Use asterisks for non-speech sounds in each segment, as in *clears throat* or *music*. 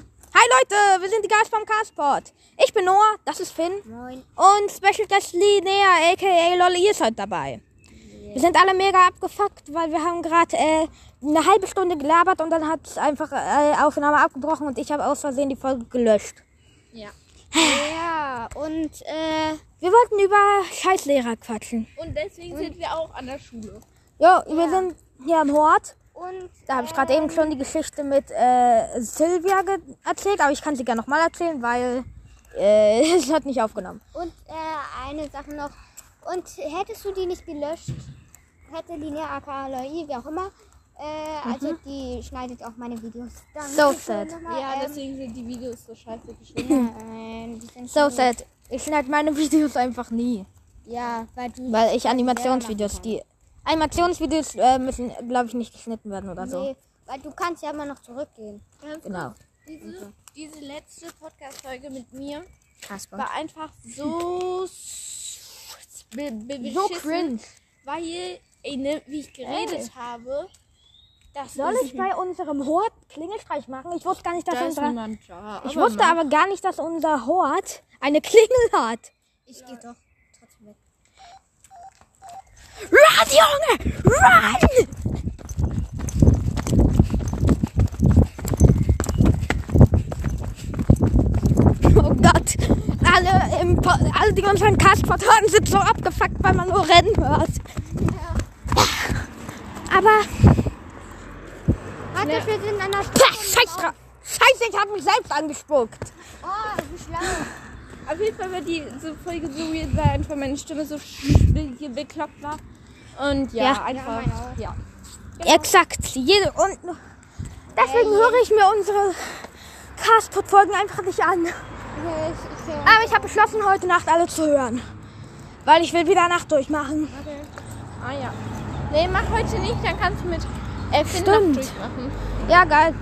Leute, wir sind die Guys vom Carsport. Ich bin Noah, das ist Finn. Moin. Und Special Guest Linnea, aka Lolly, ist heute dabei. Wir sind alle mega abgefuckt, weil wir haben gerade äh, eine halbe Stunde gelabert und dann hat einfach äh, Aufnahme abgebrochen und ich habe aus Versehen die Folge gelöscht. Ja. Ja, und, äh, Wir wollten über Scheißlehrer quatschen. Und deswegen sind wir auch an der Schule. Jo, wir sind hier am Hort. und, Da habe ich gerade eben schon die Geschichte mit äh, Silvia ge- erzählt, aber ich kann sie gerne nochmal erzählen, weil äh, *laughs* es hat nicht aufgenommen. und, äh, eine Sache noch. Und hättest du die nicht gelöscht, hätte Linnea aka Loi, wie auch immer, äh, also die schneidet auch meine Videos. Mhm. So Dankeschön sad. nochmal, ja, ähm, deswegen sind die Videos so scheiße geschrieben. *laughs* ähm, die sind So schon- sad. Ich schneide meine *laughs* Videos einfach nie, Ja, weil du. weil ich Animationsvideos, die Animationsvideos äh, müssen, glaube ich, nicht geschnitten werden oder so. Nee, weil du kannst ja immer noch zurückgehen. Genau. Ähm, Diese, diese letzte Podcast-Folge mit mir Kasper. war einfach so, s- be, be, So beschissen, cringe. weil, ey, ne, wie ich geredet habe, das Soll ist ich bei unserem Hort Klingelstreich machen? Ich wusste gar nicht, dass da ist unser niemand da. Ich wusste aber gar nicht, dass unser Hort eine Klingel hat. Ich gehe doch trotzdem weg. Run, Junge! Run! Oh Gott. Alle, im, Po- alle die unseren Castport hören, sind so abgefuckt, weil man nur Rennen hört. Aber, Warte, wir sind an der pah, scheiß drauf. Scheiße, ich habe mich selbst angespuckt. Oh, du schlau. Auf jeden Fall wird diese Folge so weird sein, einfach meine Stimme so sch- be- hier bekloppt war. Und ja, Ja. einfach, Ja, ja. Exakt. Jede, und deswegen höre ich mir unsere Castport-Folgen einfach nicht an. Okay, ich, ich, äh, Aber Ähm, ich habe beschlossen, heute Nacht alle zu hören. Weil ich will wieder Nacht durchmachen. Ah ja. Nee, mach heute nicht, dann kannst du mit äh, Finn Stimmt. noch durchmachen. Ja, geil.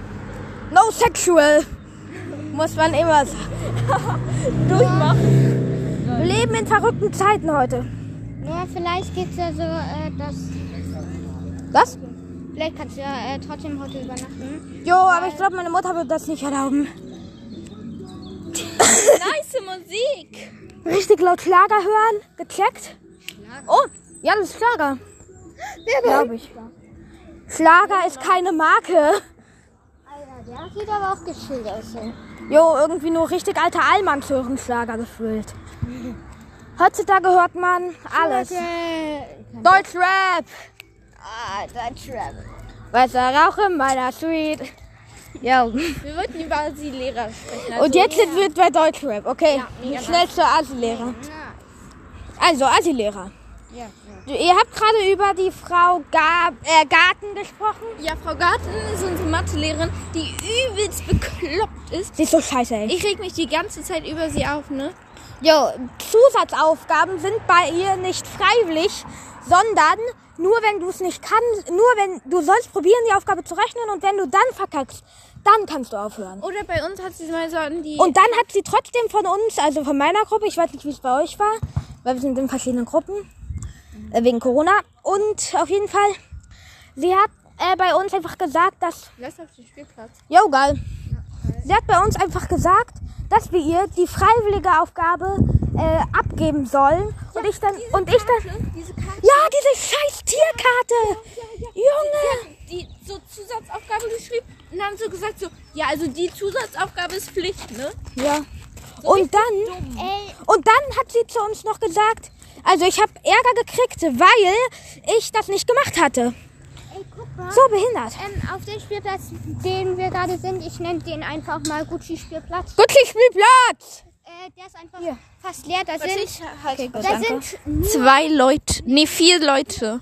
No sexual. Muss man immer sagen. *laughs* Durchmachen. Wir leben in verrückten Zeiten heute. nur vielleicht geht's ja so, äh, dass Was? Vielleicht kannst du ja äh, trotzdem heute übernachten. Jo, aber ich glaube, meine Mutter wird das nicht erlauben. Nice Musik. Richtig laut Schlager hören. Gecheckt. Oh, ja, das ist Schlager. Glaube ich. Schlager ist keine Marke. Alter, der sieht aber auch geschillt aus. ey. Jo, irgendwie nur richtig alte Allmanns hören Schlager gefühlt. Heutzutage hört man alles. Deutschrap. Ah, dein Trap. Weißer Rauch in meiner Suite. Ja. Wir wollten über die Lehrer sprechen. Also Und jetzt sind wir bei Deutschrap, okay? mega Schnell zur Asi-Lehrer. Also, Asi-Lehrer. Ja, ja. Ihr habt gerade über die Frau Gab, äh, Garten gesprochen. Ja, Frau Garten ist unsere Mathelehrerin, die übelst bekloppt ist. Sie ist so scheiße, ey. Ich reg mich die ganze Zeit über sie auf, ne? Jo, Zusatzaufgaben sind bei ihr nicht freiwillig, sondern nur wenn du es nicht kannst, nur wenn du sollst probieren, die Aufgabe zu rechnen und wenn du dann verkackst, dann kannst du aufhören. Oder bei uns hat sie mal so an die. Und dann hat sie trotzdem von uns, also von meiner Gruppe, ich weiß nicht, wie es bei euch war, weil wir sind in verschiedenen Gruppen, äh, wegen Corona. Und auf jeden Fall, sie hat äh, bei uns einfach gesagt, dass, Lass auf den Spielplatz. jo geil, sie hat bei uns einfach gesagt, dass wir ihr die freiwillige Aufgabe äh, abgeben sollen. und ich dann, und ich dann, Diese Karte. ja, diese scheiß Tierkarte, Junge, Die so Zusatzaufgabe geschrieben und haben so gesagt, so, ja, also die Zusatzaufgabe ist Pflicht, ne? ja. Und dann, Ey, Und dann hat sie zu uns noch gesagt, also ich habe Ärger gekriegt, weil ich das nicht gemacht hatte. ey, guck mal. So behindert. Ähm, auf dem Spielplatz, den wir gerade sind, ich nenne den einfach mal Gucci-Spielplatz. Gucci Spielplatz. Äh, der ist einfach fast leer. Da Was sind, ich halt da danke. sind zwei Leute, nee, vier Leute.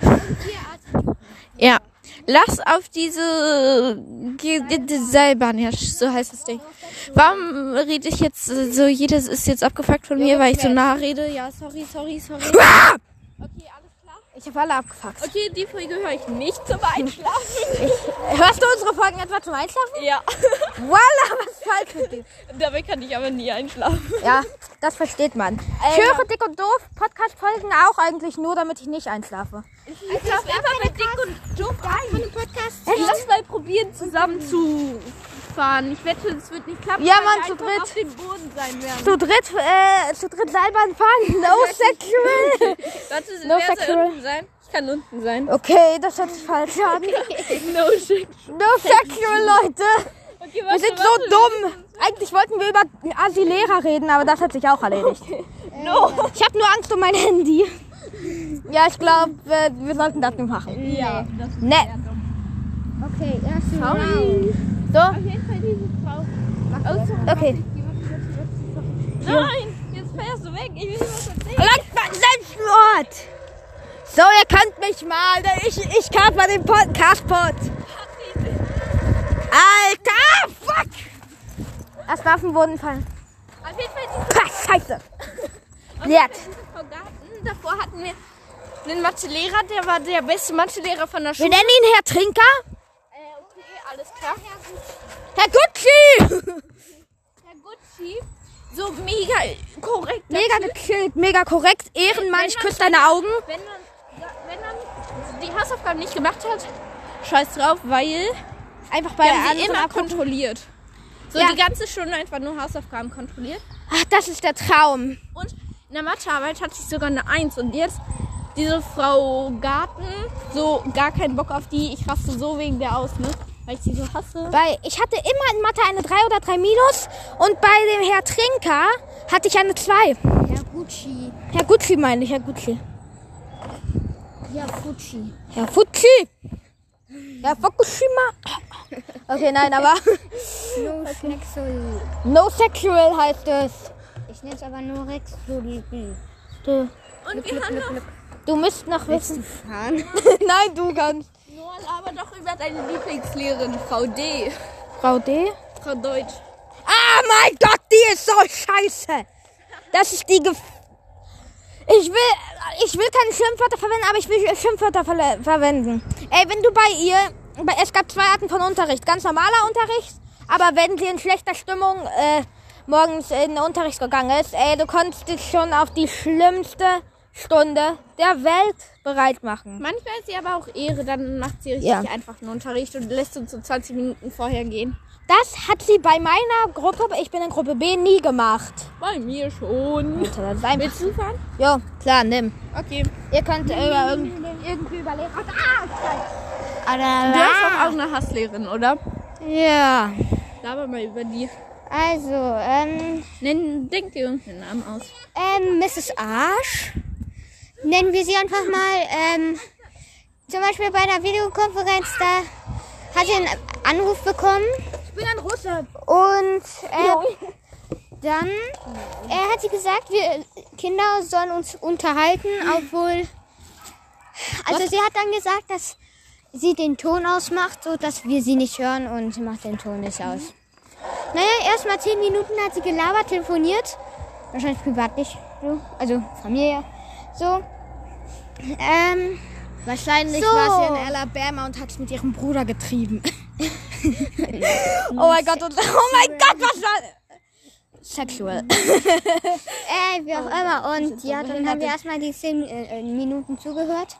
vier Arten. Ja. Lass auf diese Ge- Ge- Ge- Seilbahn, ja, so heißt das Ding. Warum rede ich jetzt äh, so, jedes ist jetzt abgefuckt von mir, weil ich so nah rede? Ja, sorry, sorry, sorry. Okay, alles klar. Ich habe alle abgefuckt. Okay, die Folge höre ich nicht zum Einschlafen. Hörst du unsere Folgen etwa zum Einschlafen? ja, Voila, was falsch mit dir? *laughs* dabei kann ich aber nie einschlafen. Ja, das versteht man. Ich höre dick und doof Podcast-Folgen auch eigentlich nur, damit ich nicht einschlafe. Ich schlafe immer mit dick und dumm ein. Podcast. Lass mal probieren, zusammen zu fahren. Ich wette, es wird nicht klappen. Ja, weil Mann, wir zu einfach dritt. auf dem Boden sein werden. Zu dritt, äh, zu dritt Seilbahn fahren, no *laughs* sexual. Warte, No wer soll sexual. unten sein? Ich kann unten sein. Okay, das hört sich falsch an. No shit. *laughs* No sexual, Leute. Okay, Wir warte, sind so warte. dumm. Eigentlich wollten wir über einen Asi-Lehrer reden, aber das hat sich auch erledigt. *laughs* No. Ich habe nur Angst um mein Handy. Ja, ich glaube, äh, wir sollten das nicht machen. Ja, das ist Ne. Okay, erst So, auf jeden Fall diese Frau. okay. Nein, jetzt fährst du weg. Ich will dir was erzählen. Langt mal selbst Ort. So, ihr könnt mich mal. Ich, ich kann mal den Podcast-Pod. Alter, fuck. Erst mal auf den Boden fallen. Auf jeden Fall diese, Pah, scheiße. auf jeden Fall Jetzt. diese Frau Garten. Davor hatten wir einen Mathelehrer, der war der beste Mathelehrer von der Wir Schule. nennen ihn Herr Trinker. Äh, okay, alles klar. Herr Gucci. Herr Gucci, so mega korrekt. Mega gekillt, mega korrekt. Ehrenmann, ich Wenn man küsse deine Augen. Wenn man, wenn man die Hausaufgaben nicht gemacht hat, scheiß drauf, weil Einfach bei wir haben sie anderen immer abgucken. kontrolliert. So Ja. die ganze Stunde einfach nur Hausaufgaben kontrolliert. Ach, das ist der Traum. Und in der Mathearbeit hatte ich sogar eine Eins. Und jetzt diese Frau Garten, so gar keinen Bock auf die. Ich raste so wegen der aus, ne? Weil ich sie so hasse. Weil ich hatte immer in Mathe eine 3 oder 3 minus und bei dem Herr Trinker hatte ich eine 2. Herr Gucci. Herr Gucci meine ich, Herr Gucci. Ja, Gucci. Herr Fucci. Herr Fukushima. Okay, nein, aber No Halt Schnexel. no sexual heißt es. Ich nenne es aber nur Rexoliten. Du, Und wir haben noch du müsst noch wissen. Fahren. *laughs* Nein, du kannst. Noel, aber doch über deine Lieblingslehrerin, Frau D. Frau D. Frau Deutsch. Ah, mein Gott, die ist so scheiße. Das ist die Gef ich will, ich will keine Schimpfwörter verwenden, aber ich will Schimpfwörter verle- verwenden. Ey, wenn du bei ihr, bei, es gab zwei Arten von Unterricht. Ganz normaler Unterricht, aber wenn sie in schlechter Stimmung äh, morgens in den Unterricht gegangen ist, ey, du konntest dich schon auf die schlimmste Stunde der Welt bereit machen. Manchmal ist sie aber auch Ehre, dann macht sie richtig Ja. einfach einen Unterricht und lässt uns so 20 Minuten vorher gehen. Das hat sie bei meiner Gruppe, ich bin in Gruppe B, nie gemacht. Bei mir schon. Das ist einfach. Willst du fahren? Jo, klar, nimm. Okay. Ihr könnt äh, über irgend Irgendwie überlegt. Ah, Scheiße. Du hast doch auch eine Hasslehrerin, oder? Ja. Laber mal über die. Also, ähm, Nenn, denk dir irgendeinen Namen aus. ähm, Mrs. Arsch. Nennen wir sie einfach mal, ähm, zum Beispiel bei einer Videokonferenz, da hat sie einen Anruf bekommen. Ich bin ein Russe. Und äh, dann äh, hat sie gesagt, wir Kinder sollen uns unterhalten, obwohl. Also sie hat dann gesagt, dass sie den Ton ausmacht, so dass wir sie nicht hören und sie macht den Ton nicht aus. Naja, erst mal zehn Minuten hat sie gelabert, telefoniert. Wahrscheinlich privat nicht. So. Also Familie. So. Ähm, Wahrscheinlich So. war sie in Alabama und hat es mit ihrem Bruder *laughs* getrieben. oh mein Gott, und, oh mein Gott, was war Sexual. Äh, wie auch Oh, immer. Und ja, dann haben wir erstmal die 10 äh, äh, Minuten zugehört.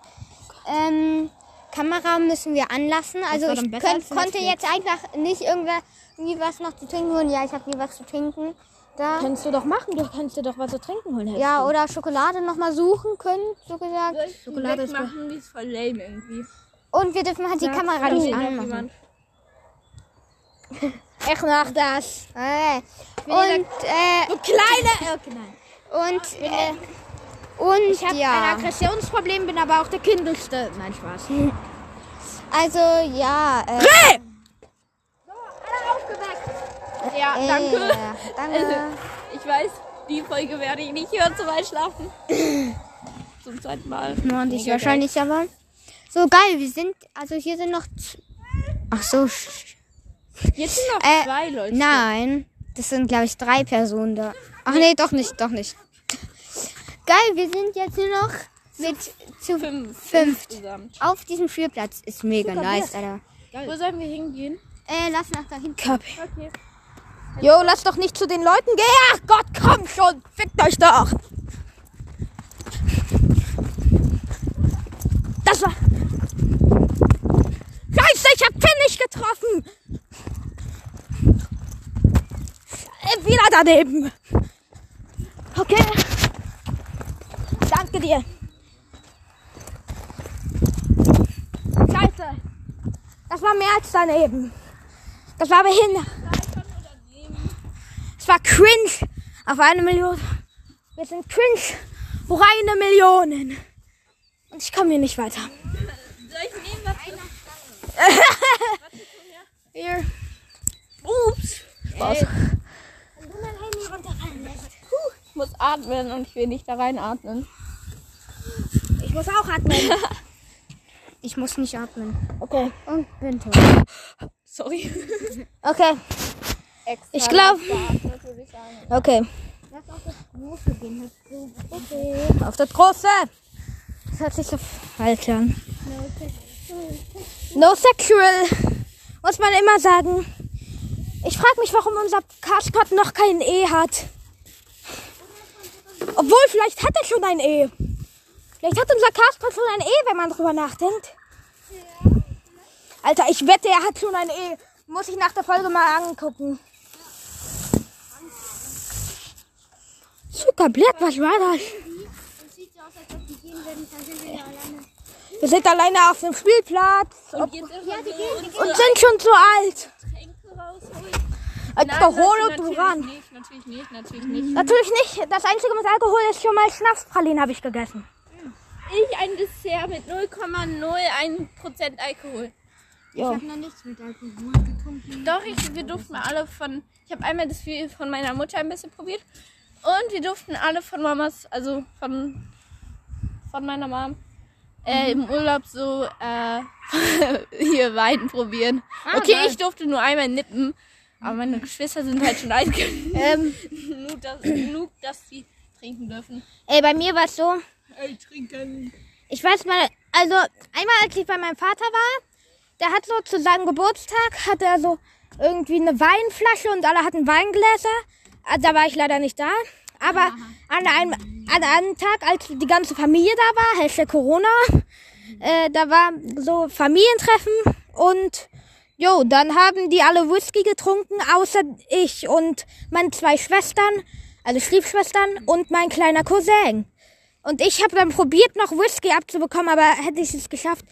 Ähm, Kamera müssen wir anlassen. Also war ich dann besser könnt, als konnte jetzt einfach nicht irgendwer irgendwie was noch zu trinken holen. Ja, ich habe nie was zu trinken. Da. Kannst du doch machen, du kannst dir doch was zu trinken holen. Helga. Ja, oder Schokolade nochmal suchen können, so gesagt. Schokolade ist machen, die ist voll lame irgendwie. Und wir dürfen halt die Kamera Kann nicht ich noch anmachen. jemand? Echt nach das. Äh, und äh, Du kleine. Okay, nein. *laughs* und äh, und Ich habe ein ja. Aggressionsproblem, bin aber auch der Kindelste. Nein, Spaß. Also ja. Äh, Hey! Ja, danke. äh, *laughs* Also, danke. Ich weiß, die Folge werde ich nicht hören zum Einschlafen. *clears throat* zum zweiten Mal. Und ich wahrscheinlich aber. So geil, wir sind. Also hier sind noch. z- Ach so. sch- Jetzt sind noch Äh, zwei Leute. Nein. Das sind, glaube ich, drei Personen da. Ach nee, doch nicht, doch nicht. Geil, wir sind jetzt hier noch mit zu Fünf. fünft. Insgesamt. Auf diesem Spielplatz. Ist mega nice, Alter. Wo sollen wir hingehen? Äh, lass nach da hinten. Okay. Jo, lass doch nicht zu den Leuten gehen. Ach Gott, komm schon. Fickt euch doch. Das war... Scheiße, ich hab Finn nicht getroffen. Äh, wieder daneben. Okay. Danke dir. Scheiße. Das war mehr als daneben. Das war behindert. Es war cringe auf eine Million. Wir sind cringe auf eine Million. Und ich komme hier nicht weiter. Hier. Ups. Spaß. Wenn du mein Handy runterfallen lässt. Ich muss atmen und ich will nicht da reinatmen. Ich muss auch atmen. Ich muss nicht atmen. Okay. Und bin tot. Sorry. Okay. Extra Ich glaube. Okay. Auf das große. Das hört sich so falsch an. No sexual. Muss man immer sagen. Ich frage mich, warum unser Karschkott noch kein E hat. Obwohl, vielleicht hat er schon ein E. Vielleicht hat unser Karschkott schon ein E, wenn man drüber nachdenkt. Alter, ich wette, er hat schon ein E. Muss ich nach der Folge mal angucken. Zuckerblatt, was war das? Wir sind alleine auf dem Spielplatz und, sind schon zu alt. Äh, Alkohol und Uran. Nicht, natürlich nicht, natürlich nicht. Natürlich nicht. Das Einzige mit Alkohol ist schon mal Schnapspralinen habe ich gegessen. Ich ein Dessert mit 0,01% Alkohol. Jo. Ich habe noch nichts mit Alkohol getrunken. Doch, ich, wir durften alle von. Ich habe einmal das viel von meiner Mutter ein bisschen probiert. Und wir durften alle von Mamas, also von, von meiner Mom, äh, im Urlaub so äh, *laughs* hier Wein probieren. okay, geil. ich durfte nur einmal nippen. Aber meine Geschwister sind halt schon alt *laughs* Ähm, genug, dass, genug, dass sie trinken dürfen. ey, bei mir war es so. Ey, trinken. Ich weiß mal, also einmal als ich bei meinem Vater war, der hat so zu seinem Geburtstag, hatte er so irgendwie eine Weinflasche und alle hatten Weingläser. Ah, Da war ich leider nicht da. Aber an einem, an einem Tag, als die ganze Familie da war, Hashtag Corona, äh, da war so Familientreffen und jo, dann haben die alle Whisky getrunken, außer ich und meine zwei Schwestern, also Stiefschwestern und mein kleiner Cousin. Und ich habe dann probiert, noch Whisky abzubekommen, aber hätte ich es geschafft,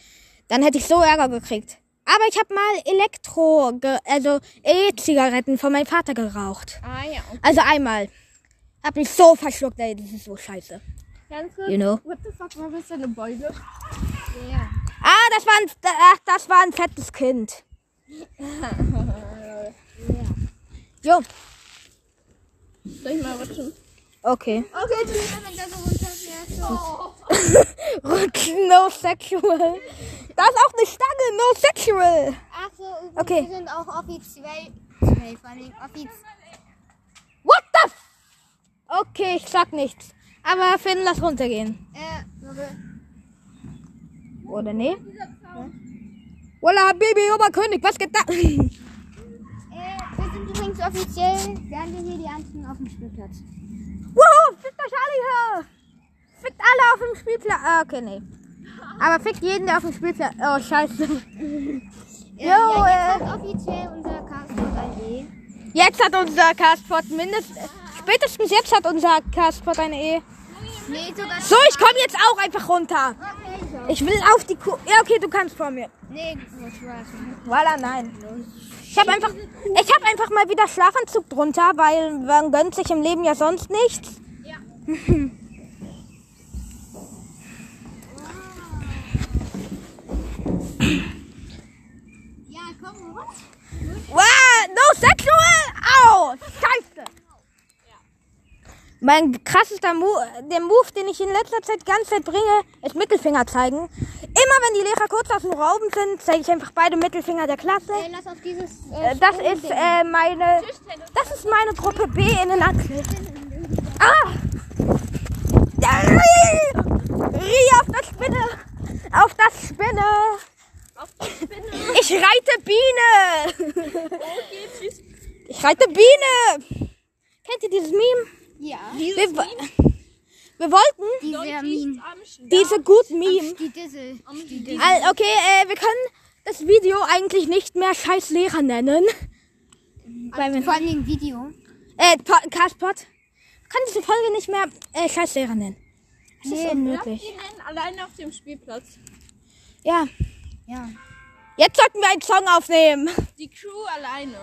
dann hätte ich so Ärger gekriegt. Aber ich habe mal Elektro, ge- also E-Zigaretten von meinem Vater geraucht. Ah ja, okay. Also einmal. Hab mich so verschluckt, ey, das ist so scheiße. Ganz kurz. You know? What the fuck, warum ist da eine Beule? Ah, das war ein, ach, das war ein fettes Kind. *laughs* Jo, Soll ich mal rutschen? okay. Okay, wenn man da so runterfährt. *laughs* Oh. Rutschen, no sexual. Da ist auch eine Stange, no sexual. Ach so, übrigens, Okay. wir sind auch offiziell. offiziell, vor allem offiz- What the f Okay, ich sag nichts. Aber Finn, lass runtergehen. Äh, warte. Oder nee? Walla, Baby, Oberkönig, was geht da? *laughs* Äh, wir sind übrigens offiziell, werden wir hier die Einzigen auf dem Spielplatz. Wow, fickt euch alle hier! Fickt alle auf dem Spielplatz. Ah, okay, nee. Aber fickt jeden, der auf dem Spielplatz. Oh, scheiße. Äh, Jo, ja, äh. jetzt kommt offiziell unser Carsten AD. Jetzt hat unser Castpod mindestens. Spätestens jetzt hat unser Castpod eine E. Nee, sogar So, ich komme jetzt auch einfach runter. Okay, Ich will auf die Kuh. Ja, okay, du kannst vor mir. Nee, was war's? Voila, nein. Ich habe einfach, ich hab einfach mal wieder Schlafanzug drunter, weil man gönnt sich im Leben ja sonst nichts. Ja, komm, was? Wow, no sexual! Au! Scheiße! Mein krassester Move, der Move, den ich in letzter Zeit ganz Zeit bringe, ist Mittelfinger zeigen. Immer wenn die Lehrer kurz auf dem Rauben sind, zeige ich einfach beide Mittelfinger der Klasse. Äh, lass auf dieses. Äh, Äh, Das ist äh, meine. Das ist meine Gruppe B in den Achseln. Ah! Ja, Rie! Rie auf das Spinne! Auf das Spinne! Ich reite Biene! Ich reite Biene! Kennt ihr dieses Meme? ja, Wir, wo- wir wollten diese Min. diese gut Meme. Die Dissel. Die Dissel. Al- Okay, äh, wir können das Video eigentlich nicht mehr Scheiß Lehrer nennen. Weil wir- Vor allem Video. Äh, Po- Castpod. Kann diese Folge nicht mehr äh, Scheißlehrer nennen. Das ist unmöglich. nennen alleine auf dem Spielplatz. Ja. Ja. Jetzt sollten wir einen Song aufnehmen. Die Crew alleine.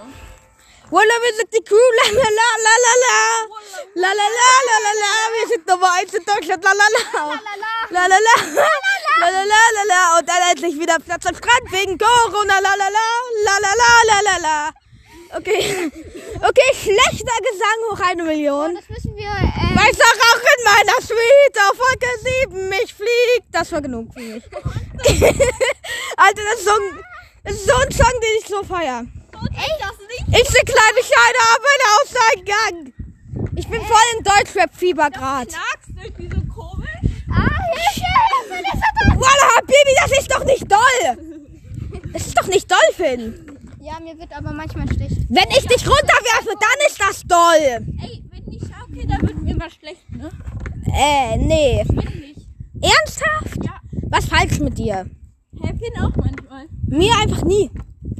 Walla, wir sind die Crew, la la la la la la. La la la la la la, wir sind Nummer 1 in Deutschland, la la la. La la la. La la la la la. Und dann endlich wieder Platz am Strand wegen Corona, la la la. La la la la la la. Okay. Okay, schlechter Gesang hoch eine Million. Das müssen wir. Äh, Weiß doch auch in meiner Suite auf Wolke 7 mich fliegt. Das war genug für mich. *laughs* Alter, das ist, so ein, das ist so ein Song, den ich so feier. Ich bin kleine Scheine, aber in Ausgang. Ich bin voll im Deutschrap-Fieber gerade. Lachst irgendwie so komisch. ah, Hilfe! Hilfe, das hat er- Voila, Baby, das ist doch nicht doll. Das ist doch nicht doll, Finn. Ja, mir wird aber manchmal schlecht. Wenn ich dich runterwerfe, dann ist das doll. Ey, wenn ich schaukel, dann wird mir was schlecht, ne? Äh, nee. Wirklich. Ernsthaft? Ja. Was falsch mit dir? Häppchen *laughs* auch manchmal. Mir einfach nie.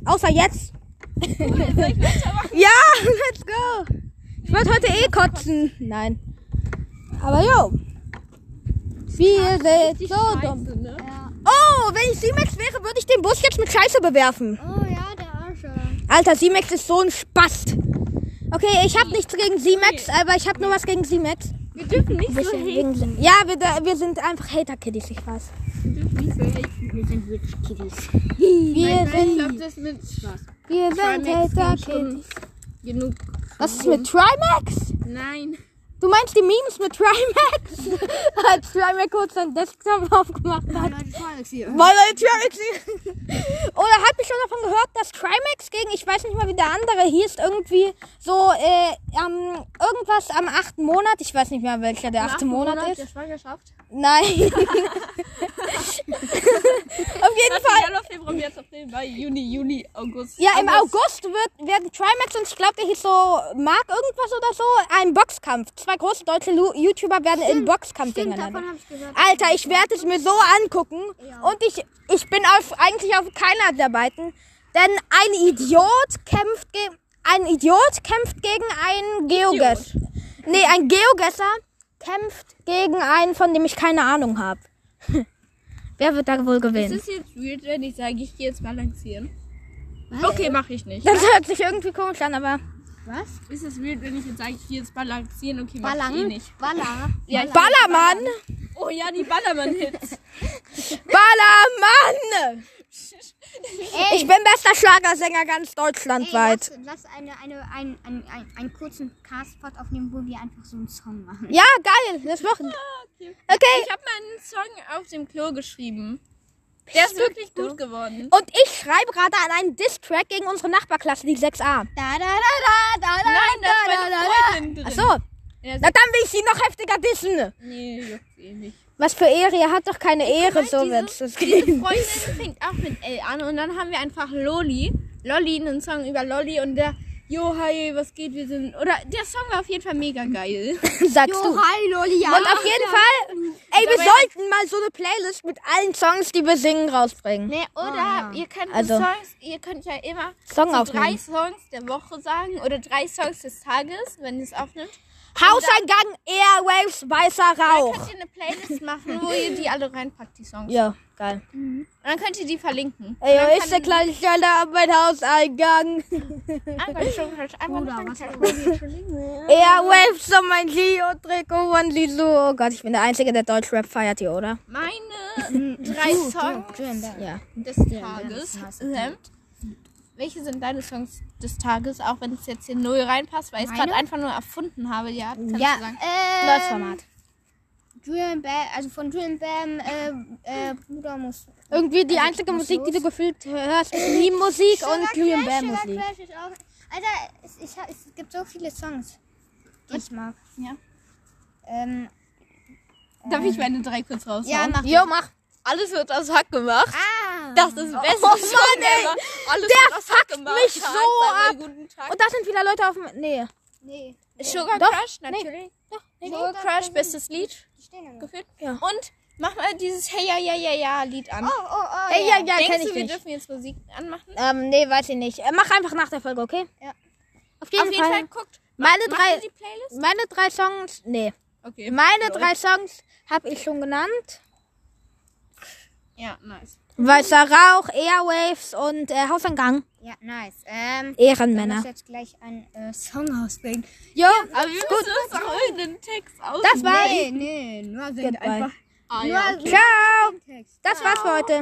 Außer jetzt. Soll ich weitermachen? Ja, let's go. Ich wollte heute eh kotzen. Nein. Aber jo. Wir sind so dumm. Scheiße, ne? Ja. Oh, wenn ich Simex wäre, würde ich den Bus jetzt mit Scheiße bewerfen. Oh ja, der äh. Arsche. Alter, Simex ist so ein Spast. Okay, ich habe nichts gegen Simex, aber ich habe nur was gegen Simex. Wir dürfen nicht so Bisschen haten. gegen Simex. Ja, wir, wir sind einfach Hater-Kiddies, ich weiß. Wir Ich sind glaube, das mit Spaß. Wir sind Trimax Hater-Kiddies. Genug. Was ist mit Trimax? Nein. Du meinst die Memes mit Trimax? Als Trimax kurz seinen Desktop aufgemacht hat. Weil er Trimax *laughs* Oder hat mich schon davon gehört, dass Trimax gegen, ich weiß nicht mal wie der andere hieß, irgendwie so äh, am- irgendwas am achten Monat. Ich weiß nicht mehr, welcher der achte Monat, ist. Der Schwangerschaft. Nein. *laughs* auf jeden Fall. Ja, auf Februar, März, April, Mai, Juni, Juli, August. Ja, im August wird, werden Trimax und ich glaube, der hieß so Mark irgendwas oder so, ein Boxkampf. Zwei große deutsche Lu YouTuber werden in Boxkampf Stimmt, gegeneinander. davon habe ich gehört. Alter, ich werde es mir so angucken. Und ich, ich bin auf, eigentlich auf keiner der beiden. Denn ein Idiot kämpft gegen. Ein Idiot kämpft gegen einen Geogesser. Nee, ein Geogesser kämpft gegen einen, von dem ich keine Ahnung habe. Wer wird da wohl Es gewinnen? ist jetzt weird, wenn ich sage, ich gehe jetzt balancieren. Okay, mache ich nicht. Das hört sich irgendwie komisch an, aber. Was? Ist es weird, wenn ich jetzt sage, ich gehe jetzt balancieren? Okay, mach ich eh Ballang? nicht. Ballang. Ja, ich- Ballermann! Oh ja, *laughs* die Ballermann-Hits. Ballermann! Ey, Ich bin bester Schlagersänger ganz deutschlandweit. Ey, lass, lass eine, eine, ein, ein, ein, einen kurzen Castpot aufnehmen, wo wir einfach so einen Song machen. Ja, geil, das machen. Okay, Ich habe meinen Song auf dem Klo geschrieben. Der ist wirklich gut geworden. und ich schreibe gerade an einen Diss-Track gegen unsere Nachbarklasse, die 6a. Da, da, da, da, da, da. Nein, das war eine Freundin drin. Ach so, Ja, na dann will ich sie noch heftiger dissen. nee, juckt eh nicht. Was für Ehre, ihr habt doch keine Ehre, so wird's. Das kriegen. Freundin fängt auch mit L an und dann haben wir einfach Loli. Lolli, einen Song über Lolli und der Jo, hi, was geht, wir sind... Oder der Song war auf jeden Fall mega geil. *laughs* sagst du. hi, Loli, ja. Und auf jeden Fall, ey, wir sollten mal so eine Playlist mit allen Songs, die wir singen, rausbringen. Nee, oder ihr könnt Also- Songs, ihr könnt ja immer Song so drei aufnehmen. Songs der Woche sagen oder drei Songs des Tages, wenn ihr es aufnimmt. Hauseingang, Airwaves, weißer Dann Rauch. könnt ihr eine Playlist machen, wo ihr die alle reinpackt, die Songs. Ja, geil. Und dann könnt ihr die verlinken. Ey, Und ja, dann ist der kleine Schalter am mein Hauseingang. Einfach schon, einfach Bruder, nur was schon- Airwaves und mein Geo-Trikot von Lisu. Oh Gott, ich bin der Einzige, der Deutschrap feiert hier, oder? *laughs* Meine drei Songs Ja. des Tages sind. Welche sind deine Songs des Tages, auch wenn es jetzt hier null reinpasst, weil ich es gerade einfach nur erfunden habe, ja? Kannst Ja, du sagen. Neues ähm, Format. Dream Bam, also von Dream Bam, äh, äh, Bruder muss. Irgendwie Also, die einzige Musik, die du gefühlt hörst, ist Meme-Musik und Green Bam Sugar Musik. Crash ist auch. Alter, es, ich, hab- es gibt so viele Songs, die ich mag. Ja. Ähm, Darf ich meine drei kurz raus? ja, mach. Jo, mach. Alles wird aus Hack gemacht. Ah, Das ist das beste Oh Mann, Song ey. ever. Alles Der wird aus Hack fuckt gemacht. mich so Sag mal ab. Guten Tag. Und da sind wieder Leute auf dem... Nee. Oh, nee. Sugar Doch, Crush, natürlich. Sugar Crush, bestes Lied. Die stehen da noch. gefühlt. Ja. Und mach mal dieses Hey, ja, ja, ja, ja Lied an. Oh, oh, oh. Ey, ja, ja, Denkst kenn du, ich wir nicht. dürfen jetzt Musik anmachen? Ähm, nee, weiß ich nicht. Äh, Mach einfach nach der Folge, okay? Ja. Auf jeden, Auf jeden Fall. Fall guckt Meine Hast drei, du die Playlist? meine drei Songs, nee. Okay. Meine drei Songs habe ich schon genannt. Ja, nice. Weißer Rauch, Airwaves und äh, Hauseingang. Ja, nice. Ähm, ich muss Ehrenmänner. jetzt gleich einen äh, Song ausbringen. Jo, Aber wir müssen uns auch in den Text aus. das war's. Nee, nee, nur singt Goodbye. einfach. Nur Ciao. Text. Das war's für heute.